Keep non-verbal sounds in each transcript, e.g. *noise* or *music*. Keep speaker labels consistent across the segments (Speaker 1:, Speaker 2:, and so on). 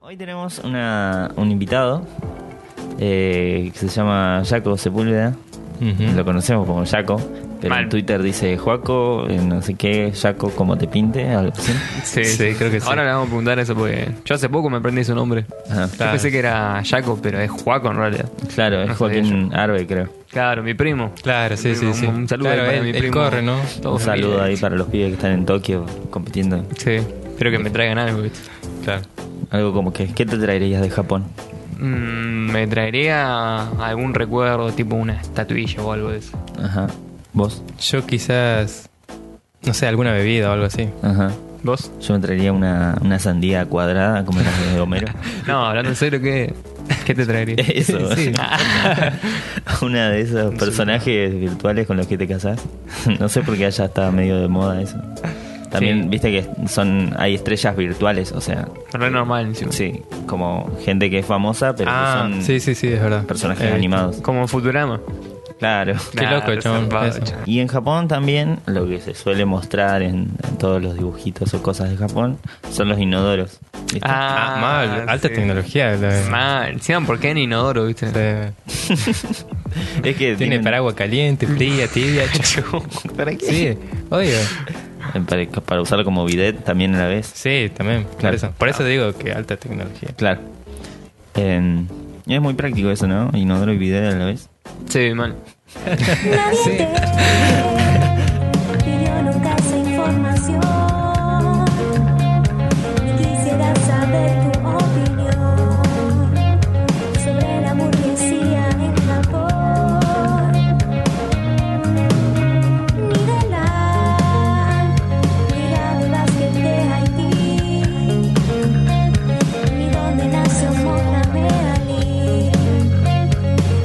Speaker 1: Hoy tenemos una- un invitado eh, que se llama Jaco Sepúlveda. Lo conocemos como Jaco, pero
Speaker 2: Mal.
Speaker 1: en Twitter dice Joaco, eh, no sé qué, Jaco como te pinte, algo
Speaker 2: *laughs*
Speaker 1: así.
Speaker 2: Sí,
Speaker 3: Sí, creo que sí.
Speaker 2: Ahora le vamos a preguntar eso porque yo hace poco me aprendí su nombre.
Speaker 1: Ajá.
Speaker 2: Yo
Speaker 3: Claro.
Speaker 2: pensé que era Jaco, pero es Juaco en realidad.
Speaker 1: Claro, es
Speaker 2: No sabía
Speaker 1: Joaquín Arbe, creo.
Speaker 2: Claro, mi primo.
Speaker 3: Claro, sí,
Speaker 2: Mi primo,
Speaker 3: sí, sí.
Speaker 2: Un, un saludo
Speaker 3: Claro,
Speaker 2: ahí para
Speaker 3: él-
Speaker 2: mi
Speaker 3: él
Speaker 2: primo.
Speaker 3: corre, ¿no?
Speaker 2: Todo
Speaker 1: Un saludo
Speaker 2: familia.
Speaker 1: ahí para los pibes que están en Tokio compitiendo.
Speaker 2: Sí, espero que me traigan algo. ¿viste?
Speaker 3: Claro.
Speaker 1: Algo como que, ¿qué te traerías de Japón?
Speaker 2: Mm, me traería algún recuerdo, tipo una estatuilla o algo de eso.
Speaker 1: Ajá. ¿Vos?
Speaker 3: Yo quizás, no sé, alguna bebida o algo así.
Speaker 1: Ajá.
Speaker 2: ¿Vos?
Speaker 1: Yo me traería una, una sandía cuadrada como las de Homero.
Speaker 2: *laughs* No, hablando en serio, ¿qué, qué te
Speaker 3: *laughs*
Speaker 2: traería?
Speaker 1: *laughs* Eso.
Speaker 2: *laughs* Sí.
Speaker 1: Una de esos personajes virtuales con los que te casás. *laughs* No sé por qué allá está medio de moda eso. También
Speaker 2: Sí.
Speaker 1: viste que son hay estrellas virtuales, o sea,
Speaker 2: Re normal encima.
Speaker 1: sí, como gente que es famosa, pero que
Speaker 3: ah,
Speaker 1: son
Speaker 3: sí, sí, sí, es verdad.
Speaker 1: personajes
Speaker 3: Eh,
Speaker 1: animados.
Speaker 2: Como Futurama.
Speaker 1: Claro.
Speaker 3: Qué loco, chabón,
Speaker 2: reservado,
Speaker 3: eso.
Speaker 2: chabón.
Speaker 1: Y en Japón también lo que se suele mostrar en, en todos los dibujitos o cosas de Japón son los inodoros. ¿viste?
Speaker 3: Ah, mal. Alta
Speaker 2: sí.
Speaker 3: tecnología. la-
Speaker 2: Mal. Encima, ¿por qué en inodoro, viste?
Speaker 3: Sí.
Speaker 1: es que
Speaker 3: Tiene
Speaker 1: tienen-
Speaker 3: paraguas caliente, fría, tibia.
Speaker 1: *laughs* ¿Para qué?
Speaker 3: sí, obvio.
Speaker 1: Para, para usarlo como bidet también a la vez.
Speaker 3: Sí, también.
Speaker 1: Claro.
Speaker 3: Por eso, por eso digo que alta tecnología.
Speaker 1: Claro. En- y es muy práctico eso, ¿no? Inodoro y bidet a la vez.
Speaker 2: Sí, mal.
Speaker 4: Nadie
Speaker 3: Sí.
Speaker 4: te pidió nunca esa información. Y quisiera saber tu opinión sobre la burguesía en Japón. Mírala, mira el básquet de Haití. Y donde nació Mohamed Ali.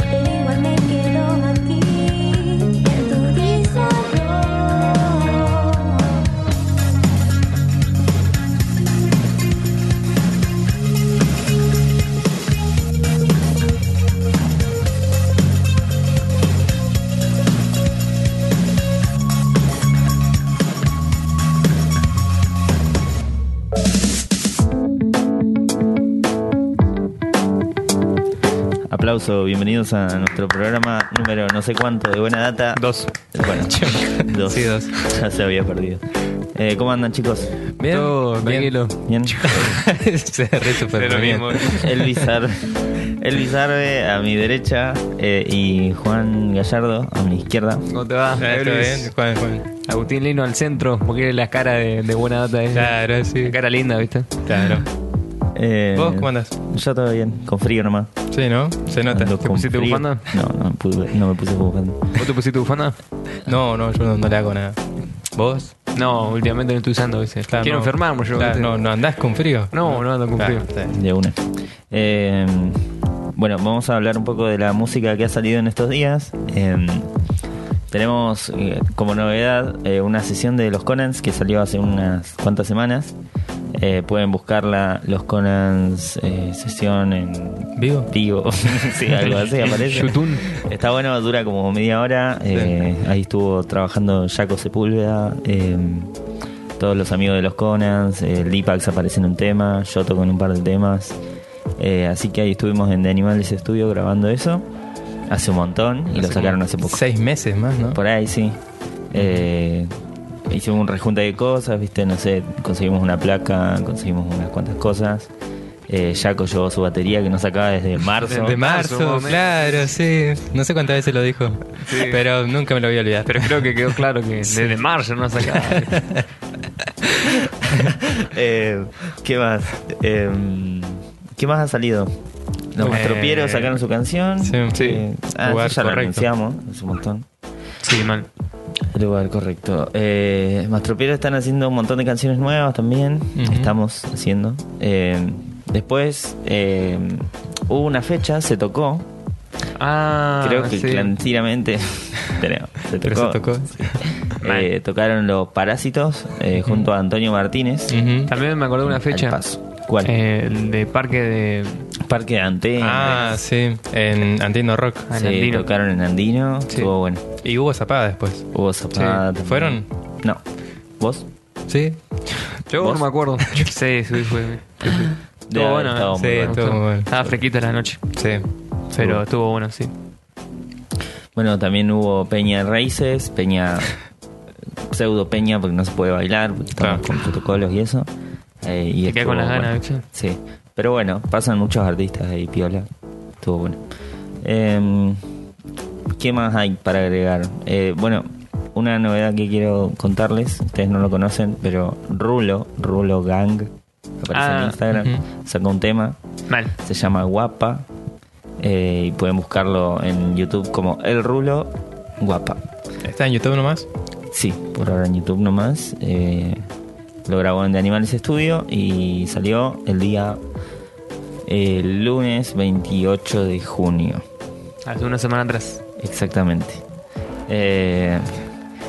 Speaker 4: Pero igual me quedo aquí en tu desarrollo.
Speaker 1: Aplauso, bienvenidos a nuestro programa número no sé cuánto de Buena Data.
Speaker 2: Dos.
Speaker 3: *laughs*
Speaker 1: Bueno, dos.
Speaker 3: Sí, dos.
Speaker 1: Ya se había perdido. Eh, ¿Cómo andan, chicos?
Speaker 3: Bien,
Speaker 2: Todo
Speaker 3: bien.
Speaker 2: tranquilo.
Speaker 1: Bien.
Speaker 3: *laughs* Se re super
Speaker 2: Es lo
Speaker 3: bien. *laughs*
Speaker 2: mismo.
Speaker 1: *laughs* Elvis Arbe, Elvis Arbe a mi derecha eh, y Juan Gallardo a mi izquierda.
Speaker 2: ¿Cómo te
Speaker 3: Ah,
Speaker 2: va?
Speaker 3: está
Speaker 2: Luis?
Speaker 3: bien, Juan, Juan.
Speaker 2: Agustín Lino al centro, porque la cara de, de buena data es.
Speaker 3: Claro, sí.
Speaker 2: La cara linda, ¿viste?
Speaker 3: Claro.
Speaker 1: Eh,
Speaker 3: ¿Vos cómo andás?
Speaker 1: Yo todo bien, con frío nomás.
Speaker 3: Sí, ¿no? Se nota.
Speaker 1: Ando con
Speaker 2: pusiste
Speaker 1: frío.
Speaker 2: bufanda?
Speaker 1: No, no me puse, no me puse bufanda.
Speaker 2: ¿Vos te pusiste bufanda?
Speaker 3: No, no, yo no, no le hago nada. ¿Vos?
Speaker 2: No, últimamente no estoy usando, ¿viste?
Speaker 3: Claro,
Speaker 2: Quiero
Speaker 3: no.
Speaker 2: enfermarme yo.
Speaker 3: Claro,
Speaker 2: ¿viste?
Speaker 3: no, no andás con frío.
Speaker 2: no, no ando con
Speaker 3: Claro,
Speaker 2: frío.
Speaker 3: sí.
Speaker 1: De una. Eh, bueno, vamos a hablar un poco de la música que ha salido en estos días. Eh, tenemos eh, como novedad eh, una sesión de Los Conans que salió hace unas cuantas semanas. Eh, pueden buscarla, Los Conans eh, sesión en
Speaker 3: ¿Vivo?
Speaker 1: vivo. *laughs* sí, algo
Speaker 3: *laughs*
Speaker 1: así aparece.
Speaker 2: Yutun.
Speaker 1: Está bueno, dura como media hora. Eh, Ahí estuvo trabajando Jaco Sepúlveda. eh, todos los amigos de los Conans. Eh, Lipax aparece en un tema. Yo toco en un par de temas. Eh, así que ahí estuvimos en The Animales Studio grabando eso. Hace un montón. Y lo
Speaker 3: Hace
Speaker 1: sacaron
Speaker 3: como
Speaker 1: hace poco.
Speaker 3: Seis meses más, ¿no?
Speaker 1: Por ahí, sí. Eh, hicimos un rejunte de cosas, ¿viste? No sé, conseguimos una placa, conseguimos unas cuantas cosas. Eh, Jaco llevó su batería que no sacaba desde
Speaker 3: *laughs*
Speaker 1: marzo.
Speaker 3: De
Speaker 2: Marzo, más o
Speaker 3: marzo,
Speaker 2: menos.
Speaker 3: claro, sí. No sé cuántas veces lo dijo,
Speaker 2: Sí.
Speaker 3: pero nunca me lo voy a olvidar.
Speaker 2: Pero creo que quedó claro
Speaker 3: *laughs*
Speaker 2: que desde marzo no sacaba.
Speaker 1: *laughs* Eh, ¿Qué más? Eh, ¿Qué más ha salido? Los
Speaker 3: Eh,
Speaker 1: Mastropieros sacaron su canción.
Speaker 3: sí.
Speaker 1: Eh, ah,
Speaker 3: Lugar
Speaker 1: eso ya lo
Speaker 3: correcto.
Speaker 1: anunciamos hace un montón.
Speaker 2: Sí, mal.
Speaker 1: El lugar correcto. Eh, Mastropieros están haciendo un montón de canciones nuevas también.
Speaker 3: Ujú.
Speaker 1: Estamos haciendo. Eh, después eh, hubo una fecha, se tocó.
Speaker 2: Ah,
Speaker 1: Creo que
Speaker 2: sí.
Speaker 1: clandestinamente.
Speaker 3: *laughs*
Speaker 1: creo, se
Speaker 3: Pero
Speaker 1: tocó.
Speaker 3: se tocó.
Speaker 1: Eh, tocaron los Parásitos eh, junto a Antonio Martínez.
Speaker 3: Ujú.
Speaker 2: También me acordé de una
Speaker 1: Al
Speaker 2: fecha.
Speaker 1: paso. ¿Cuál?
Speaker 2: Eh, el de parque de.
Speaker 1: Parque de Antena.
Speaker 3: Ah, sí, en Antino Rock.
Speaker 2: Ah, en
Speaker 1: se
Speaker 2: Andino.
Speaker 1: tocaron en Andino.
Speaker 2: Sí.
Speaker 1: Estuvo bueno.
Speaker 3: Y hubo zapada después.
Speaker 1: Hubo Zapata.
Speaker 3: Sí. ¿Fueron?
Speaker 1: No. ¿Vos?
Speaker 3: Sí.
Speaker 2: Yo
Speaker 1: ¿Vos? *laughs*
Speaker 2: no me acuerdo. sí, sí, fue. fue- fue.
Speaker 1: de
Speaker 2: Estuvo
Speaker 1: haber
Speaker 2: bueno,
Speaker 1: estado
Speaker 2: eh.
Speaker 1: muy
Speaker 3: Sí,
Speaker 1: bueno.
Speaker 3: estuvo muy bueno.
Speaker 2: Estaba fresquita la noche.
Speaker 3: Sí.
Speaker 2: Pero estuvo bueno, sí.
Speaker 1: Bueno, también hubo Peña Races, Peña pseudo Peña porque no se puede bailar, porque estamos
Speaker 3: Claro.
Speaker 1: con protocolos y eso. Eh, y
Speaker 2: Te quedas con
Speaker 1: estuvo
Speaker 2: las ganas,
Speaker 1: bueno.
Speaker 2: ¿viste?
Speaker 1: Sí, pero bueno, pasan muchos artistas ahí, piola. Estuvo bueno. Em, ¿Qué más hay para agregar? Eh, bueno, una novedad que quiero contarles, ustedes no lo conocen, pero Rulo, Rulo Gang, aparece en
Speaker 2: Ah,
Speaker 1: Instagram, sacó un tema,
Speaker 2: Mal.
Speaker 1: se llama Guapa, eh, y pueden buscarlo en YouTube como El Rulo Guapa.
Speaker 3: ¿Está en YouTube
Speaker 1: *laughs*
Speaker 3: Este nomás?
Speaker 1: Sí, por ahora en YouTube nomás. Eh, lo grabó en De Animales Estudio y salió el día eh, lunes 28 de junio.
Speaker 2: Hace una semana atrás.
Speaker 1: Exactamente. Eh,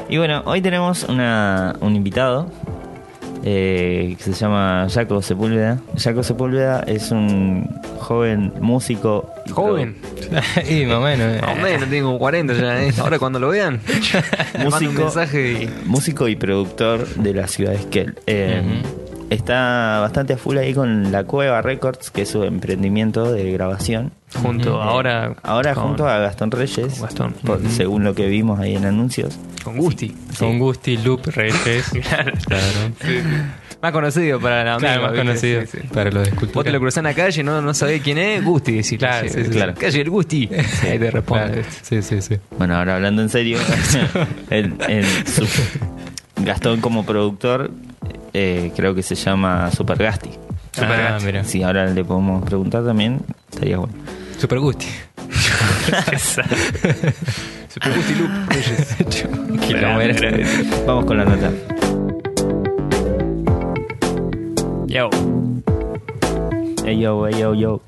Speaker 1: y bueno, hoy tenemos una- un invitado eh, que se llama Jaco Sepúlveda. Jaco Sepúlveda es un joven músico. y
Speaker 2: Joven.
Speaker 3: y más o menos.
Speaker 2: No,
Speaker 3: eh.
Speaker 2: hombre, no tengo como 40 ya, *laughs* ¿eh? Ahora cuando lo vean, me mando un
Speaker 1: Músico.
Speaker 2: mensaje y.
Speaker 1: músico y productor de la ciudad de Esquel. Eh, Está bastante a full ahí con La Cueva Records, que es su emprendimiento de grabación.
Speaker 2: Junto ahora.
Speaker 1: Ahora
Speaker 2: con-
Speaker 1: junto a Gastón Reyes,
Speaker 2: con Gastón.
Speaker 1: por- según lo que vimos ahí en anuncios.
Speaker 2: Con Gusti.
Speaker 3: Con Gusti, Loop,
Speaker 2: *laughs*
Speaker 3: Reyes. claro.
Speaker 2: Más conocido para la
Speaker 3: Claro,
Speaker 2: amiga,
Speaker 3: más
Speaker 2: ¿viste?
Speaker 3: conocido
Speaker 2: Sí, sí.
Speaker 3: para los de escultura.
Speaker 2: Vos te lo cruzás en la calle, no, no sabés quién es, Gusti, decís.
Speaker 3: Claro, sí, sí, claro.
Speaker 2: Calle, el *laughs* Gusti. Ahí te
Speaker 3: Claro.
Speaker 2: responde.
Speaker 3: Sí, sí, sí.
Speaker 1: Bueno, ahora hablando en
Speaker 2: *laughs*
Speaker 1: serio, el- el su- Gastón como productor eh, creo que se llama Super Gasti.
Speaker 3: Super ah, mira.
Speaker 1: Si ahora le podemos preguntar también, estaría bueno.
Speaker 3: Super Gusti.
Speaker 2: Super Gusti Loop Reyes.
Speaker 1: Pero bueno,
Speaker 2: ¿eh?
Speaker 1: vamos con la nota.
Speaker 2: Yo.
Speaker 1: Ey, yo, ey, yo, yo.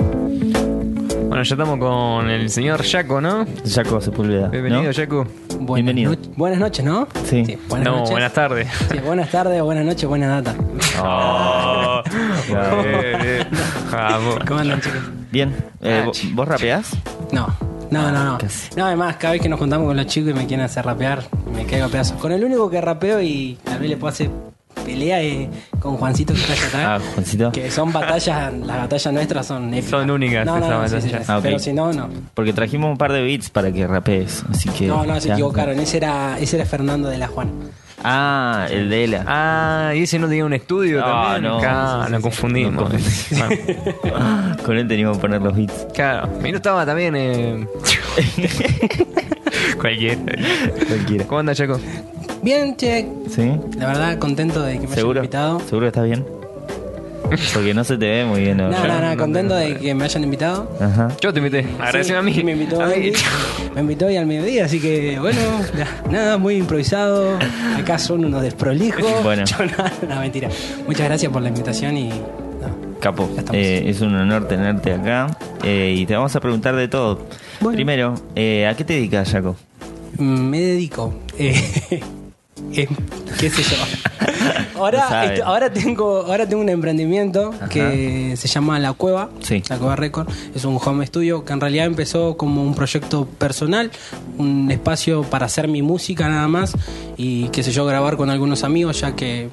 Speaker 2: Bueno, ya estamos con el señor Jaco, ¿no?
Speaker 1: Jaco Sepúlveda. ¿no?
Speaker 2: Bienvenido, Jaco.
Speaker 5: Buenas,
Speaker 1: Bienvenido.
Speaker 5: noches- buenas noches, ¿no?
Speaker 1: Sí.
Speaker 5: buenas
Speaker 2: no,
Speaker 5: noches.
Speaker 2: buenas tardes. *laughs*
Speaker 5: Sí, buenas tardes, buenas noches, buenas data.
Speaker 2: Oh. Bien, bien. eh. Vamos.
Speaker 5: ¿Cómo andan, chicos?
Speaker 1: Bien, eh,
Speaker 2: Ah,
Speaker 1: vo-
Speaker 2: ch-
Speaker 1: ¿vos rapeás?
Speaker 5: No, no, no, no.
Speaker 1: Ah, Casi.
Speaker 5: No, además, cada vez que nos juntamos con los chicos y me quieren hacer rapear, me caigo a pedazos. Con el único que rapeo y tal vez le puedo hacer pelea eh, con Juancito que está allá
Speaker 1: Ah,
Speaker 5: atrás.
Speaker 1: Juancito.
Speaker 5: Que son batallas, las batallas nuestras son épicas.
Speaker 2: Son únicas
Speaker 5: No, no,
Speaker 2: esas
Speaker 5: no, sí, sí,
Speaker 2: batallas.
Speaker 5: sí.
Speaker 1: Ah, ok.
Speaker 5: Pero si no, no.
Speaker 1: Porque trajimos un par de beats para que rapees, así que...
Speaker 5: No, no, se
Speaker 1: ya.
Speaker 5: equivocaron. Ese era, ese era Fernando de la Juana.
Speaker 1: Ah, el de la...
Speaker 2: Ah, y ese no tenía un estudio
Speaker 1: Ah,
Speaker 2: también.
Speaker 1: no.
Speaker 2: Acá,
Speaker 1: Sí, sí,
Speaker 2: nos
Speaker 1: sí.
Speaker 2: confundimos.
Speaker 1: Nos confundimos.
Speaker 5: Ah.
Speaker 1: *laughs* Con él teníamos que poner los beats.
Speaker 2: Claro, mi no estaba también. Eh... Cualquier.
Speaker 1: Cualquiera.
Speaker 2: ¿Cómo anda, Chaco?
Speaker 5: Bien, che.
Speaker 1: ¿Sí?
Speaker 5: La verdad, contento de que me hayan
Speaker 1: ¿Seguro?
Speaker 5: invitado.
Speaker 1: ¿Seguro que estás bien? Porque no se te ve muy bien
Speaker 5: No,
Speaker 1: ahora.
Speaker 5: no, no, contento de que me hayan invitado.
Speaker 1: Ajá.
Speaker 2: Yo te invité.
Speaker 5: Sí,
Speaker 2: Agradeceme a mí.
Speaker 5: Me invitó,
Speaker 2: a mí.
Speaker 5: hoy, me invitó hoy al mediodía, así que bueno, na- nada, muy improvisado. Acá son unos desprolijos.
Speaker 1: *laughs* Bueno.
Speaker 5: *laughs* Yo, no, no, mentira. Muchas gracias por la invitación y. no.
Speaker 1: Capo,
Speaker 5: Ya estamos.
Speaker 1: eh, es un honor tenerte acá eh, y te vamos a preguntar de todo.
Speaker 5: Bueno.
Speaker 1: Primero, eh, ¿a qué te dedicas, Jaco?
Speaker 5: Mm, Me dedico. eh, *laughs* eh, ¿Qué sé yo?
Speaker 1: *laughs* No
Speaker 5: Ahora,
Speaker 1: sabe.
Speaker 5: esto- ahora, tengo, ahora tengo un emprendimiento
Speaker 1: Ajá.
Speaker 5: que eh, se llama La Cueva,
Speaker 1: Sí.
Speaker 5: La Cueva Record. Es un home studio que en realidad empezó como un proyecto personal, un espacio para hacer mi música nada más y qué sé yo, grabar con algunos amigos, ya que,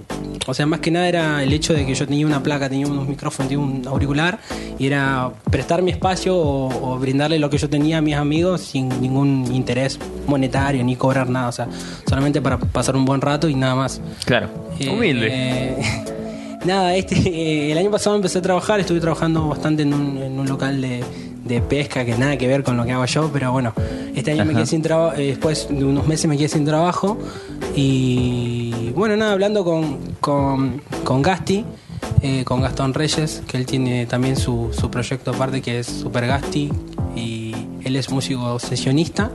Speaker 5: o sea, más que nada era el hecho de que yo tenía una placa, tenía unos micrófonos, tenía un auricular y era prestar mi espacio o, o brindarle lo que yo tenía a mis amigos sin ningún interés monetario ni cobrar nada, o sea, solamente para pasar un buen rato y nada más.
Speaker 1: Claro.
Speaker 5: Eh,
Speaker 2: Humilde.
Speaker 5: eh, *laughs* nada, este, eh, el año pasado empecé a trabajar, estuve trabajando bastante en un, en un local de, de pesca que nada que ver con lo que hago yo, pero bueno, este año me
Speaker 1: Ajá.
Speaker 5: quedé sin trabajo, después de unos meses me quedé sin trabajo y bueno, nada, hablando con, con, con Gasti. eh, con Gastón Reyes, que él tiene también su, su proyecto aparte que es Super Gasti y él es músico sesionista,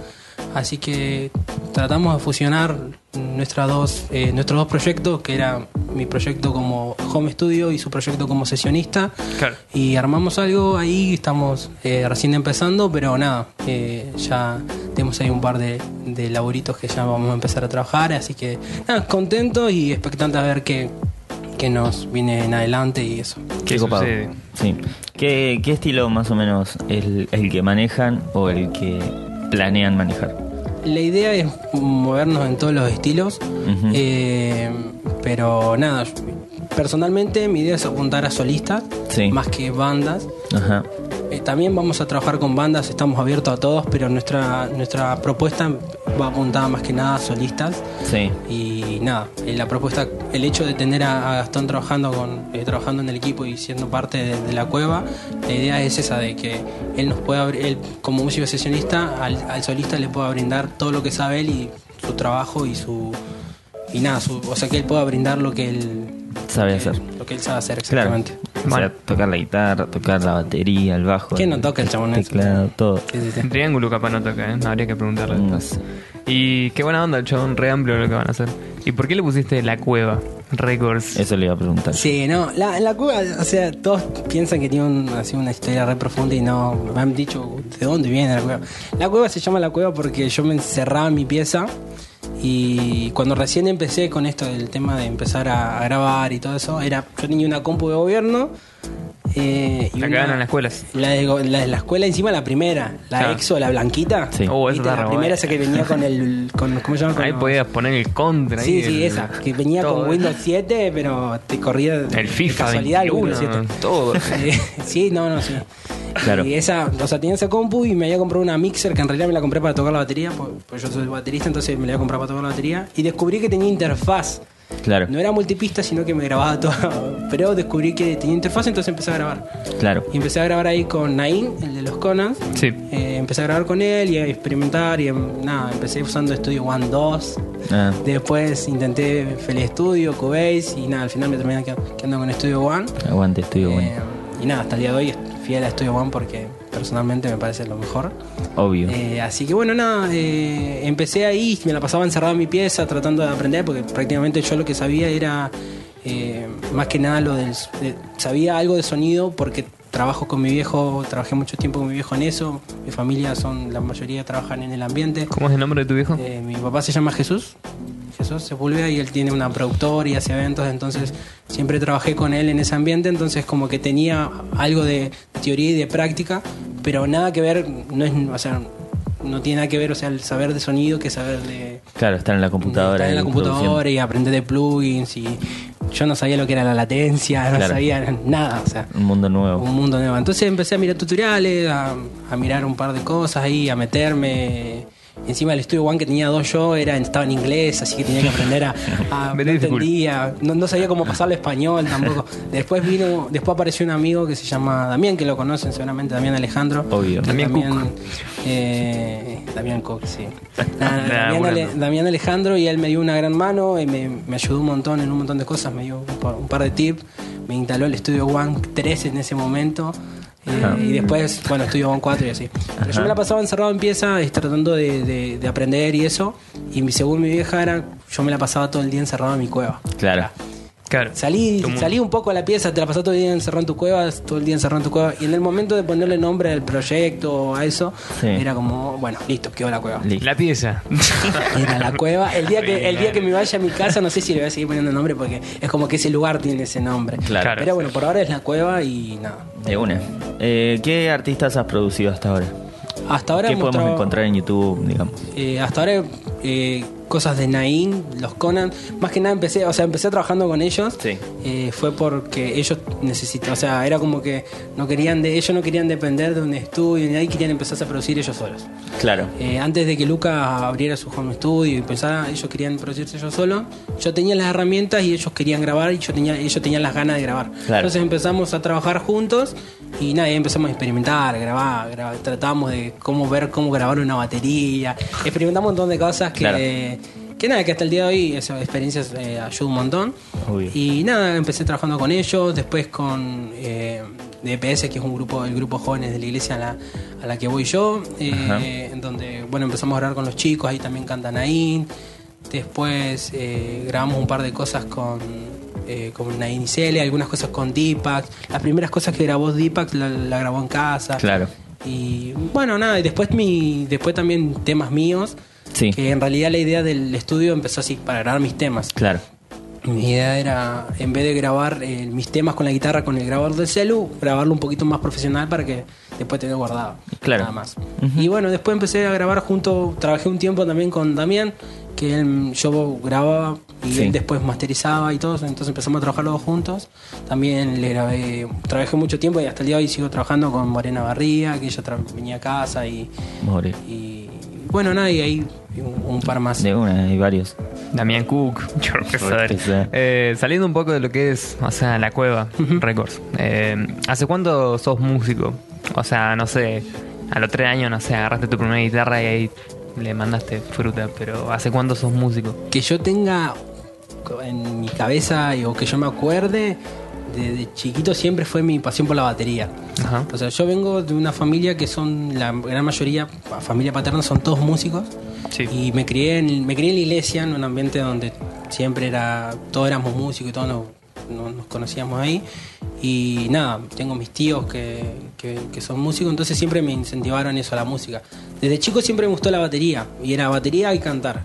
Speaker 5: así que tratamos de fusionar nuestras dos, eh, nuestros dos proyectos, que era mi proyecto como home studio y su proyecto como sesionista,
Speaker 2: Claro.
Speaker 5: y armamos algo ahí, estamos eh, recién empezando, pero nada, eh, ya tenemos ahí un par de, de laburitos que ya vamos a empezar a trabajar, así que nada, contento y expectante a ver qué, qué nos viene en adelante y eso.
Speaker 2: ¿Qué sucede?
Speaker 1: Sí. ¿Qué, qué estilo más o menos es el, el que manejan o el que planean manejar?
Speaker 5: La idea es movernos en todos los estilos,
Speaker 1: Ujú.
Speaker 5: eh, pero nada, Personalmente mi idea es apuntar a solistas,
Speaker 1: Sí.
Speaker 5: más que bandas.
Speaker 1: Ajá.
Speaker 5: Eh, también vamos a trabajar con bandas, estamos abiertos a todos, pero nuestra, nuestra propuesta va apuntada más que nada a solistas.
Speaker 1: Sí.
Speaker 5: Y nada, eh, la propuesta, el hecho de tener a, a Gastón trabajando, con, eh, trabajando en el equipo y siendo parte de, de la cueva, la idea es esa de que él nos pueda abrir, él como músico sesionista, al, al solista le pueda brindar todo lo que sabe él y su trabajo y su... Y nada, su- o sea que él pueda brindar lo que él
Speaker 1: Sabe
Speaker 5: que-
Speaker 1: hacer.
Speaker 5: Lo que él sabe hacer,
Speaker 1: Claro.
Speaker 5: exactamente.
Speaker 1: O sea,
Speaker 2: Bueno.
Speaker 1: tocar la guitarra, tocar la batería, el bajo.
Speaker 5: ¿Quién
Speaker 1: el
Speaker 5: no toca el chabón ese?
Speaker 1: teclado, todo.
Speaker 5: Sí, sí, sí.
Speaker 2: El triángulo capaz no toca, ¿eh? Habría que preguntarle.
Speaker 1: No sé.
Speaker 2: Y qué buena onda el chabón, re amplio lo que van a hacer. ¿Y por qué le pusiste la cueva? Records.
Speaker 1: Eso le iba a preguntar.
Speaker 5: Sí, no, la, la cueva, o sea, todos piensan que tiene un- así una historia re profunda y no, me han dicho de dónde viene la cueva. La cueva se llama la cueva porque yo me encerraba en mi pieza y cuando recién empecé con esto del tema de empezar a, a grabar y todo eso, era yo tenía una compu de gobierno. eh, y
Speaker 2: La
Speaker 5: una-
Speaker 2: cagaron en las escuelas.
Speaker 5: La de, go- la de la escuela encima la primera, la
Speaker 2: Claro.
Speaker 5: EXO, la blanquita.
Speaker 1: Sí.
Speaker 2: Oh, esa
Speaker 5: ¿Viste?
Speaker 2: está
Speaker 5: la
Speaker 2: re
Speaker 5: primera
Speaker 2: buena.
Speaker 5: esa que venía con el... Con, ¿Cómo se llama? Con
Speaker 2: Ahí
Speaker 5: los-
Speaker 2: podías poner el contra.
Speaker 5: Sí,
Speaker 2: ahí,
Speaker 5: sí,
Speaker 2: el-
Speaker 5: esa, que venía
Speaker 2: todo,
Speaker 5: con
Speaker 2: ¿eh?
Speaker 5: Windows 7, pero te corría de
Speaker 2: El FIFA
Speaker 5: casualidad el
Speaker 2: 21,
Speaker 5: Windows 7.
Speaker 2: todo. *laughs*
Speaker 5: Eh, *laughs* sí, no, no, sí.
Speaker 1: Claro.
Speaker 5: Y esa, o sea, tenía esa compu y me había comprado una mixer que en realidad me la compré para tocar la batería, pues, pues yo soy baterista, entonces me la había comprado para tocar la batería y descubrí que tenía interfaz.
Speaker 1: Claro,
Speaker 5: No era multipista, sino que me grababa *laughs* todo, pero descubrí que tenía interfaz, entonces empecé a grabar.
Speaker 1: claro.
Speaker 5: Y empecé a grabar ahí con Nain, el de los Conan.
Speaker 2: Sí.
Speaker 5: Eh, empecé a grabar con él y a experimentar y em, nada, empecé usando Studio One 2.
Speaker 1: Ah,
Speaker 5: Después intenté Feliz Studio, Cubase y nada, al final me terminé qued- quedando con Studio One.
Speaker 1: aguante, estudio
Speaker 5: Eh,
Speaker 1: bueno.
Speaker 5: y nada, hasta el día de hoy fiel a Studio One porque personalmente me parece lo mejor.
Speaker 1: Obvio.
Speaker 5: Eh, así que bueno, nada, eh, empecé ahí, me la pasaba encerrado en mi pieza tratando de aprender porque prácticamente yo lo que sabía era eh, más que nada lo del... de- sabía algo de sonido porque trabajo con mi viejo, trabajé mucho tiempo con mi viejo en eso, mi familia son, la mayoría trabajan en el ambiente.
Speaker 2: ¿Cómo es el nombre de tu viejo?
Speaker 5: Eh, mi papá se llama Jesús, Jesús Sepúlveda, y él tiene una productora y hace eventos, entonces siempre trabajé con él en ese ambiente, entonces como que tenía algo de teoría y de práctica, pero nada que ver, no es, o sea, no tiene nada que ver, o sea, el saber de sonido que saber de
Speaker 1: Claro, estar en la computadora.
Speaker 5: estar en la
Speaker 1: ahí produciendo.
Speaker 5: computadora y aprender de plugins y yo no sabía lo que era la latencia, no
Speaker 1: Claro.
Speaker 5: sabía nada, o sea,
Speaker 1: Un mundo nuevo.
Speaker 5: un mundo nuevo. Entonces empecé a mirar tutoriales, a, a mirar un par de cosas ahí, a meterme. Encima el estudio One que tenía dos yo era, estaba en inglés, así que tenía que aprender a... a no
Speaker 2: Very difficult.
Speaker 5: entendía, no, no sabía cómo pasarlo a español tampoco. Después vino, después apareció un amigo que se llama Damián, que lo conocen seguramente, Damián Alejandro.
Speaker 1: Obvio.
Speaker 5: Que
Speaker 2: Damián
Speaker 5: también,
Speaker 2: Cook.
Speaker 5: eh, Damián Cook, sí. Nada,
Speaker 2: Nah,
Speaker 5: Ah, Damián,
Speaker 2: bueno,
Speaker 5: Ale-
Speaker 2: no.
Speaker 5: Damián Alejandro y él me dio una gran mano y me, me ayudó un montón en un montón de cosas, me dio un par, un par de tips, me instaló el estudio One 3 en ese momento eh, y después, bueno, estudio One 4 y así. Pero yo me la pasaba encerrado en pieza es, tratando de, de- de aprender y eso y mi- según mi vieja era, yo me la pasaba todo el día encerrado en mi cueva.
Speaker 1: Claro.
Speaker 2: Claro.
Speaker 5: Salí,
Speaker 2: Tu mundo.
Speaker 5: salí un poco a la pieza, te la pasás todo el día encerrado en tu cueva, todo el día encerrado en tu cueva y en el momento de ponerle nombre al proyecto o a eso,
Speaker 1: Sí.
Speaker 5: era como, bueno, listo, quedó la cueva.
Speaker 1: Listo.
Speaker 2: La
Speaker 5: *laughs*
Speaker 2: pieza.
Speaker 5: Era la cueva. El día, que, el día que me vaya a mi casa, no sé si le voy a seguir poniendo nombre porque es como que ese lugar tiene ese nombre.
Speaker 1: Claro.
Speaker 2: Claro.
Speaker 5: Pero bueno, por ahora es la cueva y nada.
Speaker 1: De una. Eh, ¿Qué artistas has producido hasta ahora?
Speaker 5: Hasta ahora
Speaker 1: ¿Qué
Speaker 5: hemos
Speaker 1: podemos
Speaker 5: traba-
Speaker 1: encontrar en YouTube, digamos?
Speaker 5: eh, hasta ahora eh, cosas de Nain, los Conan. Más que nada empecé, o sea, empecé trabajando con ellos.
Speaker 1: Sí.
Speaker 5: Eh, fue porque ellos necesitaban, o sea, era como que no querían de, ellos no querían depender de un estudio ni ahí querían empezar a producir ellos solos.
Speaker 1: Claro.
Speaker 5: Eh, antes de que Luca abriera su home studio y pensara, ellos querían producirse yo solo, yo tenía las herramientas y ellos querían grabar y yo tenía, ellos tenían las ganas de grabar.
Speaker 1: Claro.
Speaker 5: Entonces empezamos a trabajar juntos y nada, ahí empezamos a experimentar, grabar, grabar, tratamos de cómo ver cómo grabar una batería, experimentamos un montón de cosas que...
Speaker 1: Claro.
Speaker 5: Que nada, que hasta el día de hoy esas experiencias eh, ayudan un montón.
Speaker 1: Obvio.
Speaker 5: Y nada, empecé trabajando con ellos, después con eh, DPS, que es un grupo, el grupo jóvenes de la iglesia a la, a la que voy yo, eh, en donde bueno empezamos a grabar con los chicos, ahí también cantan ahí. Después eh, grabamos un par de cosas con, eh, con Nain y Cele, algunas cosas con Deepak. Las primeras cosas que grabó Deepak la, la grabó en casa.
Speaker 1: Claro.
Speaker 5: Y bueno, nada, y después, mi, después también temas míos.
Speaker 1: Sí.
Speaker 5: Que en realidad la idea del estudio empezó así, para grabar mis temas.
Speaker 1: Claro.
Speaker 5: Mi idea era, en vez de grabar eh, mis temas con la guitarra con el grabador del celu, grabarlo un poquito más profesional para que después tener guardado.
Speaker 1: Claro.
Speaker 5: Nada más. Y bueno, después empecé a grabar junto, trabajé un tiempo también con Damián, que él, yo grababa y
Speaker 1: Sí.
Speaker 5: él después masterizaba y todo, entonces empezamos a trabajar los dos juntos. También le grabé, trabajé mucho tiempo y hasta el día de hoy sigo trabajando con Morena Barría, que ella tra- venía a casa y,
Speaker 1: More.
Speaker 5: y bueno, nada, y ahí un, un par más.
Speaker 1: De una, hay varios.
Speaker 2: Damián Cook, *laughs* yo
Speaker 1: qué
Speaker 2: qué
Speaker 1: sé.
Speaker 2: sé. Eh, saliendo un poco de lo que es, o sea, la cueva, Records. Eh, ¿Hace cuánto sos músico? O sea, no sé, a los tres años, no sé, agarraste tu primera guitarra y ahí le mandaste fruta, pero ¿hace cuánto sos músico?
Speaker 5: que yo tenga en mi cabeza y- o que yo me acuerde, desde chiquito siempre fue mi pasión por la batería.
Speaker 2: Ajá.
Speaker 5: O sea, yo vengo de una familia que son, la gran mayoría, pa- familia paterna, son todos músicos.
Speaker 2: Sí.
Speaker 5: Y me crié, en, me crié en la iglesia, en un ambiente donde siempre era, todos éramos músicos y todos nos, no- nos conocíamos ahí. Y nada, tengo mis tíos que, que- que son músicos, entonces siempre me incentivaron eso, a la música. Desde chico siempre me gustó la batería, y era batería y cantar.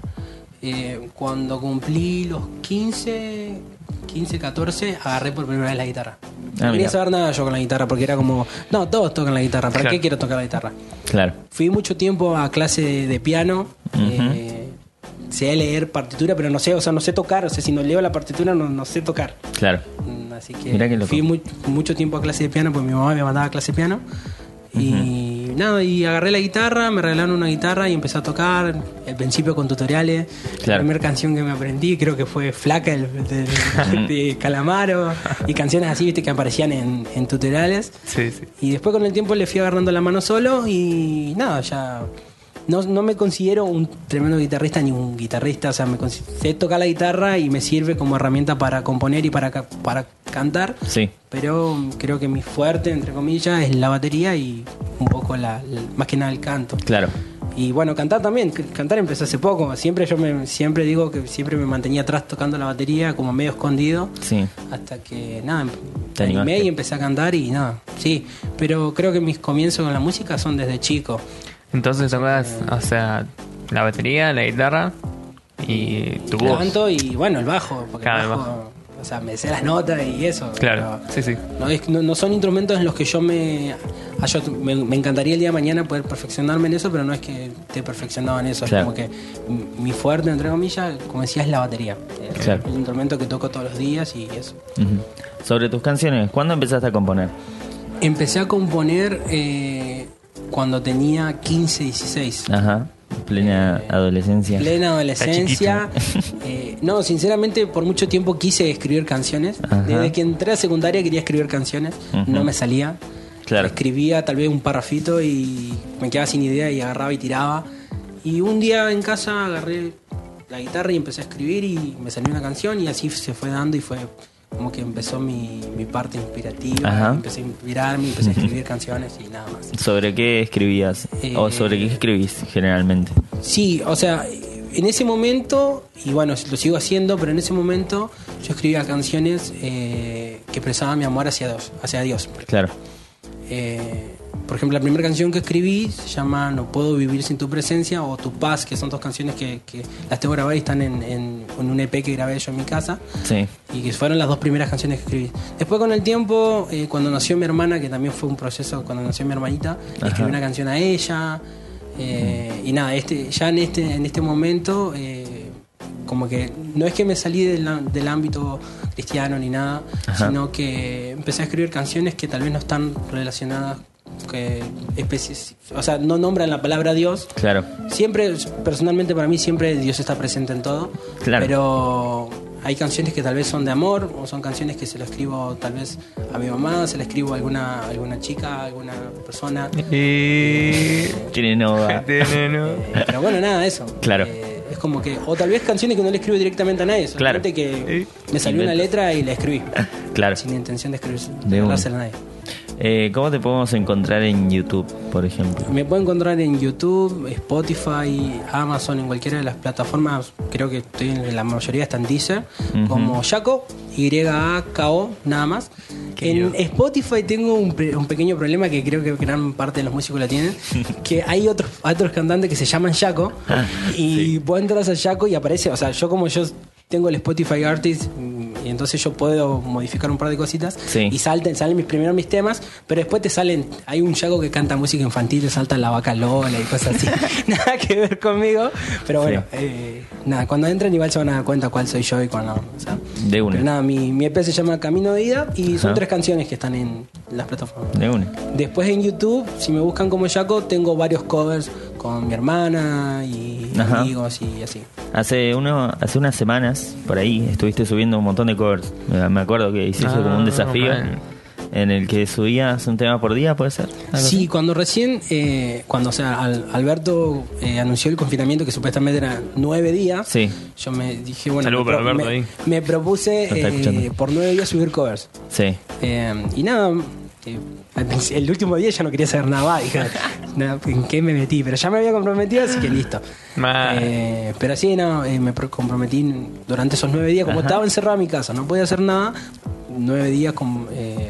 Speaker 5: Eh, cuando cumplí los 15, 15, 14, agarré por primera vez la guitarra.
Speaker 1: Ah,
Speaker 5: no quería
Speaker 1: mira.
Speaker 5: saber nada yo con la guitarra, porque era como, no, todos tocan la guitarra, ¿para
Speaker 2: Claro.
Speaker 5: qué quiero tocar la guitarra?
Speaker 1: Claro.
Speaker 5: Fui mucho tiempo a clase de, de piano.
Speaker 1: Ujú.
Speaker 5: eh, sé leer partitura, pero no sé, o sea, no sé tocar. O sea, si no leo la partitura, no, no sé tocar.
Speaker 1: Claro.
Speaker 5: Mm, Así que,
Speaker 1: Mirá qué loco.
Speaker 5: fui mu- mucho tiempo a clase de piano, porque mi mamá me mandaba a clase de piano. Y nada, y agarré la guitarra, me regalaron una guitarra y empecé a tocar. Al principio con tutoriales.
Speaker 1: Claro.
Speaker 5: La primera canción que me aprendí, creo que fue Flaca el-
Speaker 1: *laughs*
Speaker 5: de, de Calamaro. Y canciones así, viste, que aparecían en- en tutoriales.
Speaker 2: Sí, sí.
Speaker 5: Y después con el tiempo le fui agarrando la mano solo y nada, ya. No, no me considero un tremendo guitarrista ni un guitarrista, o sea, me consi- sé tocar la guitarra y me sirve como herramienta para componer y para, ca- para cantar,
Speaker 1: Sí.
Speaker 5: pero creo que mi fuerte, entre comillas, es la batería y un poco la, la- más que nada el canto.
Speaker 1: Claro.
Speaker 5: Y bueno, cantar también, c- cantar empecé hace poco, siempre yo me, siempre digo que siempre me mantenía atrás tocando la batería como medio escondido
Speaker 1: Sí.
Speaker 5: hasta que nada em-
Speaker 1: Te
Speaker 5: me animé
Speaker 1: animaste.
Speaker 5: y empecé a cantar y nada sí pero creo que mis comienzos con la música son desde chico
Speaker 2: Entonces tocas, o sea, la batería, la guitarra y tu voz.
Speaker 5: canto y bueno el bajo porque el
Speaker 2: Claro, el
Speaker 5: bajo, o sea me sé las notas y eso
Speaker 2: Claro, sí, sí.
Speaker 5: pero no, es- no- no son instrumentos en los que yo me, ah, yo t- me me encantaría el día de mañana poder perfeccionarme en eso pero no es que te perfeccionado en eso
Speaker 1: Claro.
Speaker 5: es como que m- mi fuerte entre comillas como decía es la batería Es
Speaker 1: Claro.
Speaker 5: el instrumento que toco todos los días y eso
Speaker 1: Ujú. Sobre tus canciones, ¿cuándo empezaste a componer?
Speaker 5: Empecé a componer eh, cuando tenía 15, 16.
Speaker 1: Ajá. En Plena adolescencia.
Speaker 5: Plena adolescencia. Eh, no, sinceramente, por mucho tiempo quise escribir canciones.
Speaker 1: Ajá.
Speaker 5: Desde que entré a secundaria quería escribir canciones.
Speaker 1: Ujú.
Speaker 5: No me salía.
Speaker 1: Claro.
Speaker 5: Escribía tal vez un parrafito y me quedaba sin idea y agarraba y tiraba. Y un día en casa agarré la guitarra y empecé a escribir y me salió una canción y así se fue dando y fue como que empezó mi, mi parte inspirativa.
Speaker 1: Ajá.
Speaker 5: Empecé a inspirarme, empecé a escribir canciones y nada más.
Speaker 1: ¿Sobre qué escribías?
Speaker 5: Eh,
Speaker 1: ¿O sobre qué escribís generalmente?
Speaker 5: Sí, o sea, en ese momento, y bueno, lo sigo haciendo, pero en ese momento yo escribía canciones eh, que expresaban mi amor hacia Dios. Hacia Dios.
Speaker 1: Claro.
Speaker 5: Eh, por ejemplo, la primera canción que escribí se llama No puedo vivir sin tu presencia o Tu paz, que son dos canciones que, que las tengo grabadas y están en, en- en un EP que grabé yo en mi casa.
Speaker 1: Sí.
Speaker 5: Y que fueron las dos primeras canciones que escribí. Después con el tiempo, eh, cuando nació mi hermana, que también fue un proceso cuando nació mi hermanita, le escribí una canción a ella. eh, y nada, este, ya en este, en este momento, eh, como que no es que me salí del, am- del ámbito cristiano ni nada,
Speaker 1: Ajá.
Speaker 5: sino que empecé a escribir canciones que tal vez no están relacionadas, que especi- o sea, no nombran la palabra Dios,
Speaker 1: Claro.
Speaker 5: Siempre, personalmente para mí, siempre Dios está presente en todo.
Speaker 1: Claro.
Speaker 5: Pero hay canciones que tal vez son de amor, o son canciones que se lo escribo tal vez a mi mamá, se la escribo a alguna, alguna chica, a alguna
Speaker 1: *laughs*
Speaker 5: persona.
Speaker 2: Y...
Speaker 1: Tiene nova.
Speaker 5: *laughs* Eh, pero bueno, nada, eso.
Speaker 1: Claro.
Speaker 5: Eh, es como que, o tal vez canciones que no le escribo directamente a nadie,
Speaker 1: Claro.
Speaker 5: solamente que me salió una
Speaker 1: Inventas.
Speaker 5: letra y la escribí.
Speaker 1: Claro.
Speaker 5: Sin intención de escribir,
Speaker 1: una.
Speaker 5: de hablársela a nadie.
Speaker 1: Eh, ¿Cómo te podemos encontrar en YouTube, por ejemplo?
Speaker 5: Me pueden encontrar en YouTube, Spotify, Amazon, en cualquiera de las plataformas. Creo que estoy en la mayoría está en Deezer, como Jaco, Y-A-K-O, nada más. En Spotify tengo un, pre- un pequeño problema que creo que gran parte de los músicos la tienen, que hay otros, otros cantantes que se llaman Jaco y vos entras a Jaco y aparece, o sea, yo como yo tengo el Spotify Artist mm, eh, y entonces yo puedo modificar un par de cositas
Speaker 1: Sí.
Speaker 5: y salten, salen mis primeros mis temas, pero después te salen, hay un yago que canta música infantil, te salta la vaca Lola y
Speaker 1: *laughs*
Speaker 5: cosas así, *laughs* nada que ver conmigo, pero bueno,
Speaker 1: Sí.
Speaker 5: eh, nada, cuando entren igual se van a dar cuenta cuál soy yo y cuál no. o sea.
Speaker 1: De una.
Speaker 5: Pero nada, mi, mi EP se llama Camino de Ida y son
Speaker 1: Ajá.
Speaker 5: tres canciones que están en las plataformas.
Speaker 1: De una.
Speaker 5: Después en YouTube, si me buscan como Jaco, tengo varios covers con mi hermana y
Speaker 1: Ajá.
Speaker 5: amigos y así.
Speaker 1: Hace, uno, hace unas semanas, por ahí, estuviste subiendo un montón de covers. Eh, Me acuerdo que hiciste
Speaker 2: Ah,
Speaker 1: como un desafío
Speaker 2: man.
Speaker 1: en el que subías un tema por día, ¿puede ser? ¿Algo
Speaker 5: Sí,
Speaker 1: así?
Speaker 5: cuando recién, eh, cuando o sea, al- Alberto eh, anunció el confinamiento que supuestamente era nueve días,
Speaker 1: Sí.
Speaker 5: yo me dije, bueno,
Speaker 2: Saludo
Speaker 5: me,
Speaker 2: para
Speaker 5: me,
Speaker 2: Alberto ahí.
Speaker 5: me propuse
Speaker 1: Lo está
Speaker 5: eh,
Speaker 1: escuchando.
Speaker 5: por nueve días subir covers.
Speaker 1: Sí.
Speaker 5: Eh, y nada, eh, al principio- el último día ya no quería saber nada, más, dije, *laughs* "No, ¿en qué me metí? Pero ya me había comprometido, así que listo.
Speaker 2: Ma.
Speaker 5: Eh, pero sí, no, eh, me pro- comprometí durante esos nueve días, como
Speaker 1: Ajá.
Speaker 5: estaba encerrado en mi casa, no podía hacer nada, nueve días con, eh,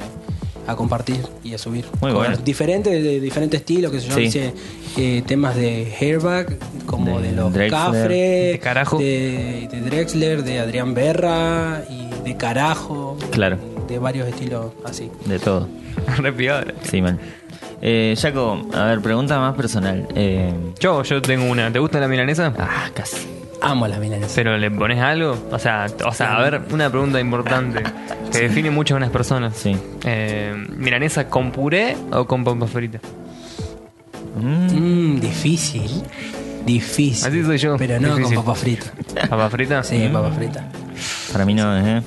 Speaker 5: a compartir y a subir.
Speaker 1: Muy
Speaker 5: Con
Speaker 1: bueno.
Speaker 5: Diferentes, de, diferentes estilos, que sé yo,
Speaker 1: Sí.
Speaker 5: hice eh, temas de Hairback, como
Speaker 1: De
Speaker 5: de, los
Speaker 1: Drexler.
Speaker 5: Cafres,
Speaker 2: De Carajo.
Speaker 5: de, de Drexler, de Adrián Berra y de Carajo.
Speaker 1: Claro.
Speaker 5: De varios estilos así.
Speaker 1: De todo.
Speaker 2: Re piola.
Speaker 1: Sí, man. Eh, Jaco, a ver, pregunta más personal. Eh,
Speaker 2: Yo, yo tengo una. ¿Te gusta la milanesa?
Speaker 1: ah, casi.
Speaker 5: Amo las milanesas.
Speaker 2: ¿Pero le pones algo? O sea, t- o sea, a ver, una pregunta importante que define mucho a unas personas.
Speaker 1: Sí.
Speaker 2: Eh, ¿Milanesa con puré o con papas fritas?
Speaker 1: Mm,
Speaker 5: Mm, difícil. Difícil.
Speaker 2: Así soy yo,
Speaker 5: Pero no
Speaker 2: difícil.
Speaker 5: con papas fritas.
Speaker 2: ¿Papas fritas?
Speaker 5: Sí, papas fritas.
Speaker 1: para mí no es, ¿eh?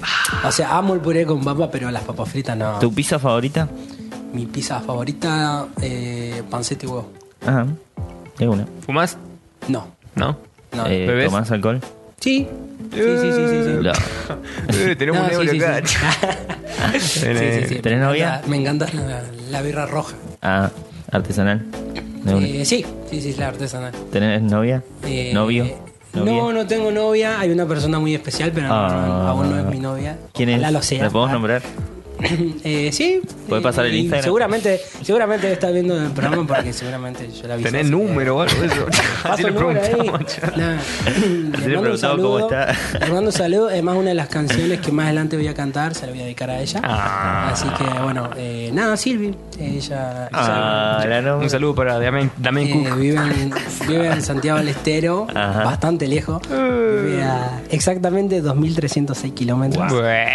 Speaker 5: O sea, amo el puré con papa, pero las papas fritas no.
Speaker 1: ¿Tu pizza favorita?
Speaker 5: Mi pizza favorita, eh, panceta y huevo.
Speaker 1: Ajá. De una.
Speaker 2: ¿Fumás?
Speaker 5: No,
Speaker 2: ¿No.
Speaker 5: no.
Speaker 1: Eh,
Speaker 2: ¿Bebés?
Speaker 1: ¿Tomás alcohol?
Speaker 5: Sí. Sí, sí, sí, sí. sí. *laughs*
Speaker 1: No.
Speaker 2: Eh, tenemos
Speaker 5: No,
Speaker 2: un
Speaker 5: sí,
Speaker 2: euro
Speaker 5: sí,
Speaker 2: acá.
Speaker 5: *laughs*
Speaker 2: *laughs*
Speaker 5: sí. Sí, sí, sí.
Speaker 1: ¿Tenés
Speaker 5: Me
Speaker 1: novia?
Speaker 5: encanta- Me encanta la, la birra roja.
Speaker 1: Ah, artesanal. De una.
Speaker 5: Eh, sí, sí, sí, es la artesanal.
Speaker 1: ¿Tenés novia?
Speaker 5: Eh,
Speaker 1: ¿Novio? ¿Novia?
Speaker 5: No, no tengo novia. Hay una persona muy especial, pero no, no,
Speaker 1: Ah.
Speaker 5: aún no es mi novia.
Speaker 1: ¿Quién es?
Speaker 5: Ojalá lo sea.
Speaker 1: ¿La podemos nombrar?
Speaker 5: *laughs* Eh, sí.
Speaker 1: ¿Puede
Speaker 5: Eh,
Speaker 1: pasar el
Speaker 5: y
Speaker 1: Instagram?
Speaker 5: Seguramente, seguramente está viendo el programa porque seguramente yo la vi.
Speaker 2: ¿Tenés número o algo de eso? *laughs* Así
Speaker 5: *laughs* Paso
Speaker 2: le
Speaker 5: el número ahí.
Speaker 2: preguntamos.
Speaker 5: Nada.
Speaker 1: le
Speaker 5: Le mando un
Speaker 1: preguntamos cómo
Speaker 5: saludo.
Speaker 1: está.
Speaker 5: Le mando un saludo. Además, una de las canciones que más adelante voy a cantar se la voy a dedicar a ella.
Speaker 2: Ah.
Speaker 5: Así que, bueno, eh, nada, Silvi. Ella.
Speaker 1: Ah, la
Speaker 2: Un
Speaker 1: nombra.
Speaker 2: saludo para Damián, Damián
Speaker 5: Eh,
Speaker 2: Cook.
Speaker 5: vive, en, vive en Santiago del Estero,
Speaker 1: Ajá.
Speaker 5: bastante lejos. Vive a exactamente 2.306 kilómetros.
Speaker 2: Bué.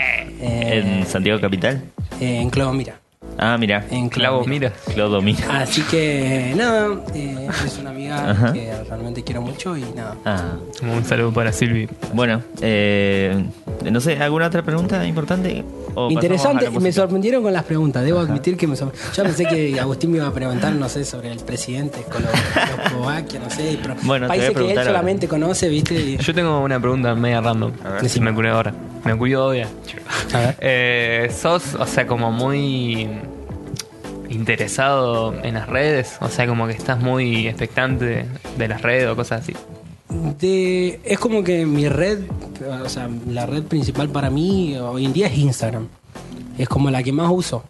Speaker 5: Eh,
Speaker 1: ¿En Santiago Capital?
Speaker 5: eh, en Clovo, mira.
Speaker 1: Ah, mira.
Speaker 5: En Ah. Clovo,
Speaker 2: Clavo, mira.
Speaker 1: Clodo, mira.
Speaker 5: Así que, nada, eh, es una amiga
Speaker 1: Ajá.
Speaker 5: que realmente quiero mucho y nada.
Speaker 1: Ah.
Speaker 2: Un saludo para Silvi.
Speaker 1: Bueno, eh, no sé, ¿alguna otra pregunta importante? ¿O pasamos a
Speaker 5: Interesante,
Speaker 1: la
Speaker 5: me
Speaker 1: música?
Speaker 5: sorprendieron con las preguntas, debo admitir que me sorprendieron. Yo pensé que Agustín me iba a preguntar, no sé, sobre el presidente, Colo- Eslovaquia, no sé, pero
Speaker 1: Bueno, te
Speaker 5: países
Speaker 1: voy a
Speaker 5: que él
Speaker 1: preguntar
Speaker 5: solamente conoce, ¿viste? Y-
Speaker 2: Eh, Yo tengo una pregunta media random.
Speaker 1: ver.
Speaker 2: Si me ocurrió ahora. Me ocurrió ahora.
Speaker 5: A ver.
Speaker 2: Eh, sos, o sea, como muy interesado en las redes, o sea, como que estás muy expectante de las redes o cosas así.
Speaker 5: De- es como que mi red, o sea, la red principal para mí hoy en día es Instagram. Es como la que más uso.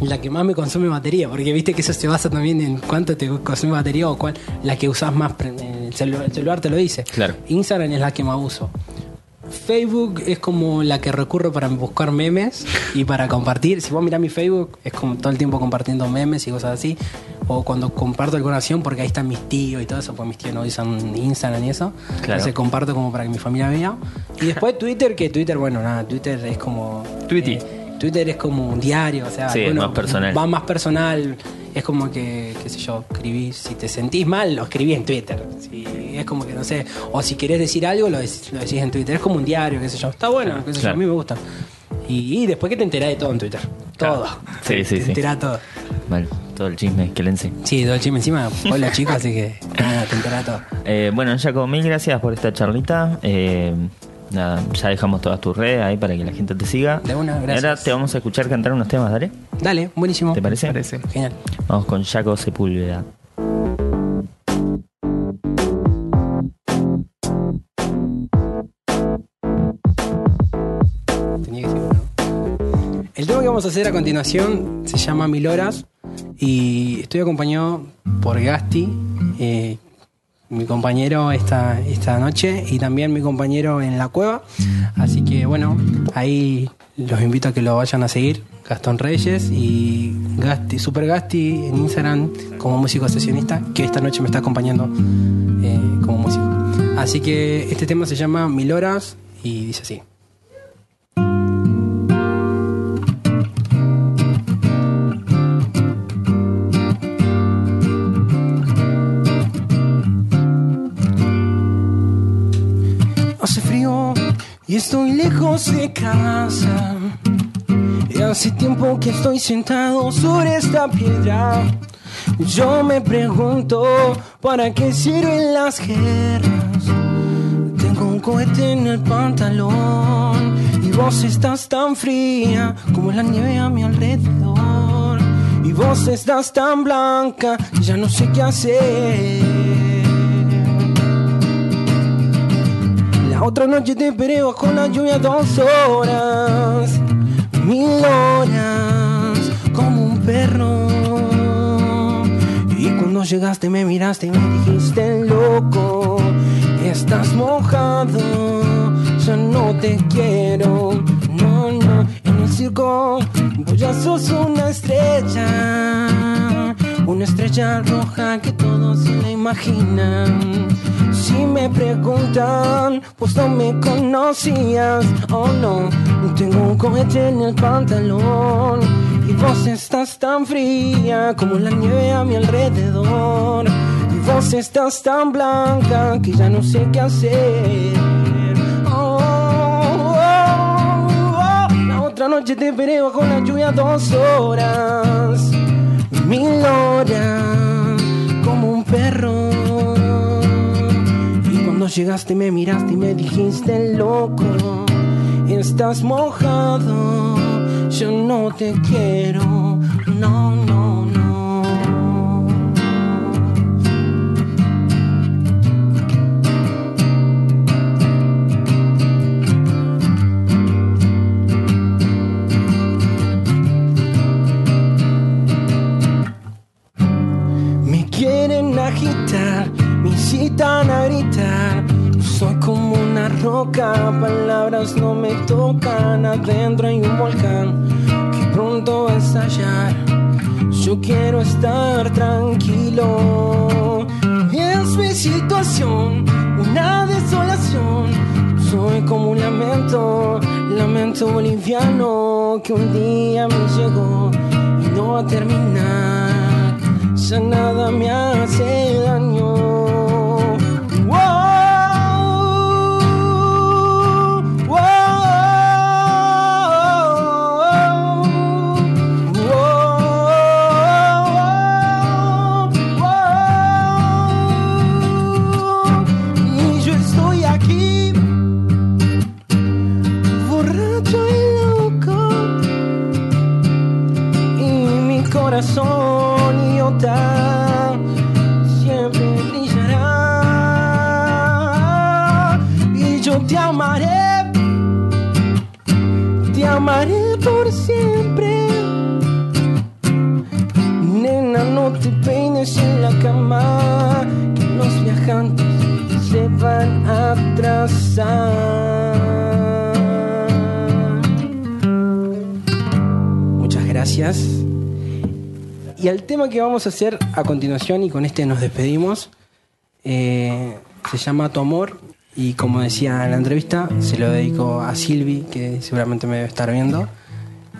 Speaker 5: La que más me consume batería, porque viste que eso se basa también en cuánto te consume batería o cuál, la que usás más, pre- el celular, el celular te lo dice.
Speaker 1: Claro.
Speaker 5: Instagram es la que más uso. Facebook es como la que recurro para buscar memes y para compartir. Si vos mirás mi Facebook, es como todo el tiempo compartiendo memes y cosas así. O cuando comparto alguna acción, porque ahí están mis tíos y todo eso, porque mis tíos no usan Instagram y eso. Entonces comparto como para que mi familia vea. Y después Twitter, que Twitter, bueno, nada, Twitter es como. eh,
Speaker 2: Tweety.
Speaker 5: Twitter es como un diario, o sea,
Speaker 1: Sí, es más personal.
Speaker 5: va más personal. Es como que, qué sé yo, escribís, si te sentís mal, lo escribís en Twitter. Si- es como que, no sé, o si querés decir algo, lo, dec- lo decís en Twitter. Es como un diario, qué sé yo. Está bueno, qué sé yo,
Speaker 1: Claro.
Speaker 5: a mí me gusta. Y, y después que te enterás de todo en Twitter. Todo.
Speaker 1: Sí, sí,
Speaker 5: te
Speaker 1: sí.
Speaker 5: enterás todo.
Speaker 1: Vale, todo el chisme, que lense.
Speaker 5: Sí, todo el chisme encima. Hola chicos, así que nada, te enterás todo.
Speaker 1: Eh, bueno, Jaco, mil gracias por esta charlita. Eh, nada, ya dejamos todas tus redes ahí para que la gente te siga.
Speaker 5: De una, gracias.
Speaker 1: Y Ahora te vamos a escuchar cantar unos temas, dale.
Speaker 5: Dale, buenísimo.
Speaker 1: ¿Te parece?
Speaker 2: Parece.
Speaker 5: Genial.
Speaker 1: Vamos con Jaco Sepúlveda.
Speaker 5: Tenía que ser uno. El tema que vamos a hacer a continuación se llama Mil Horas y estoy acompañado por Gasti, eh, mi compañero esta, esta noche y también mi compañero en la cueva. Así que bueno, ahí los invito a que lo vayan a seguir. Gastón Reyes y Gasti, Super Gasti en Instagram como músico sesionista, que esta noche me está acompañando eh, como músico. Así que este tema se llama Mil Horas y dice así. Hace frío y estoy lejos de casa. Y hace tiempo que estoy sentado sobre esta piedra. Yo me pregunto para qué sirven las guerras. Tengo un cohete en el pantalón y vos estás tan fría como la nieve a mi alrededor. Y vos estás tan blanca que ya no sé qué hacer. La otra noche te esperé bajo la lluvia dos horas, mil horas, como un perro. Y cuando llegaste me miraste y me dijiste loco, estás mojado, ya no te quiero, no, no. En el circo vos ya sos una estrella, una estrella roja que todos se la imaginan. Si me preguntan, pues no me conocías, oh no. Tengo un cohete en el pantalón y vos estás tan fría como la nieve a mi alrededor. Y vos estás tan blanca que ya no sé qué hacer. Oh, oh, oh. La otra noche te esperé bajo la lluvia dos horas, mil horas, como un perro. Y cuando llegaste me miraste y me dijiste loco, estás mojado, yo no te quiero, no, no, no. Me quieren agitar, me incitan a gritar. Soy como una roca, palabras no me tocan. Adentro hay un volcán que pronto va a estallar. Yo quiero estar tranquilo. Es mi situación, una desolación. Soy como un lamento, lamento boliviano que un día me llegó y no va a terminar ya nada me hace daño. Wow, wow, wow, wow. Y yo estoy aquí, borracho y loco y mi corazón idiota siempre brillará y yo te amaré te amaré por siempre nena no te peines en la cama que los viajantes se van a atrasar muchas gracias y el tema que vamos a hacer a continuación, y con este nos despedimos, eh, se llama Tu Amor. Y como decía en la entrevista, se lo dedico a Silvi, que seguramente me debe estar viendo.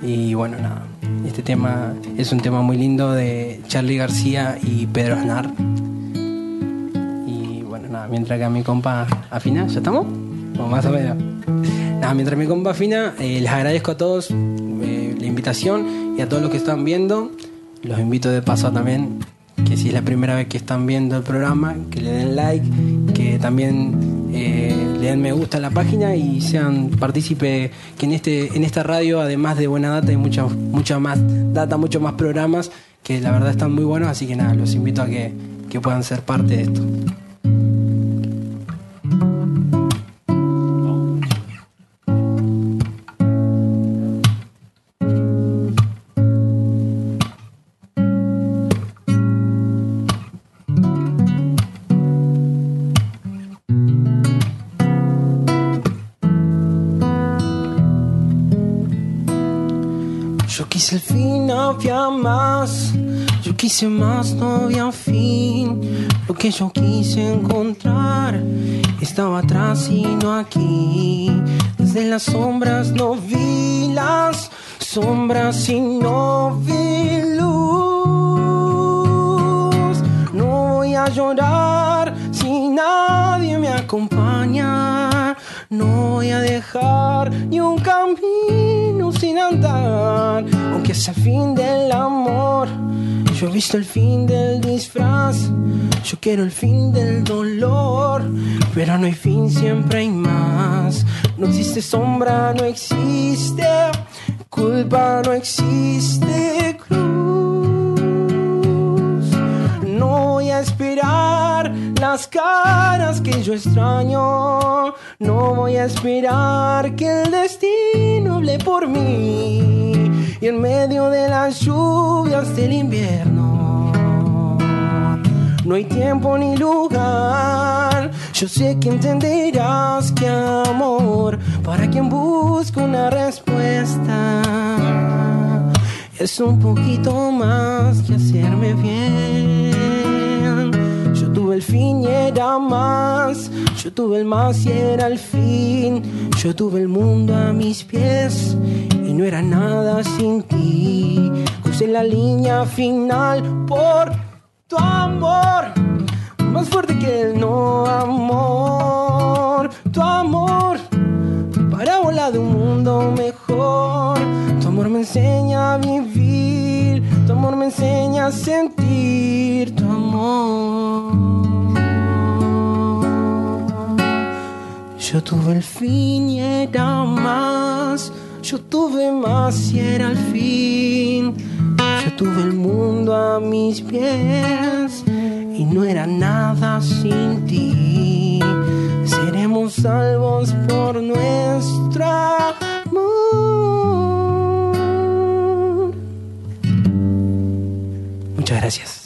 Speaker 5: Y bueno, nada, este tema es un tema muy lindo de Charlie García y Pedro Aznar. Y bueno, nada, mientras que a mi compa afina, ¿ya estamos? O más o menos. Nada, mientras mi compa afina, eh, les agradezco a todos eh, la invitación y a todos los que están viendo. Los invito de paso también, que si es la primera vez que están viendo el programa, que le den like, que también eh, le den me gusta a la página y sean partícipe que en este en esta radio, además de buena data, hay mucha, mucha más data, muchos más programas que la verdad están muy buenos, así que nada, los invito a que, que puedan ser parte de esto. quise el fin, no había más. Yo quise más, no había fin. Lo que yo quise encontrar estaba atrás y no aquí. Desde las sombras no vi las sombras y no vi luz. No voy a llorar si nadie me acompaña. No voy a dejar ni un camino sin andar, aunque es el fin del amor. Yo he visto el fin del disfraz, yo quiero el fin del dolor, pero no hay fin, siempre hay más. No existe sombra, no existe culpa, no existe cruz. No voy a esperar las caras que yo extraño. No voy a esperar que el destino hable por mí. Y en medio de las lluvias del invierno, no hay tiempo ni lugar. Yo sé que entenderás que amor, para quien busca una respuesta, es un poquito más que hacerme bien. Yo tuve el fin y era más. Yo tuve el más y era el fin. Yo tuve el mundo a mis pies y no era nada sin ti. Crucé la línea final por tu amor. Más fuerte que el no amor. Tu amor parábola de un mundo mejor. Tu amor me enseña a vivir, tu amor me enseña a sentir tu amor. Yo tuve el fin y era más, yo tuve más y era el fin. Yo tuve el mundo a mis pies y no era nada sin ti. Seremos salvos por nuestro amor. Muchas gracias.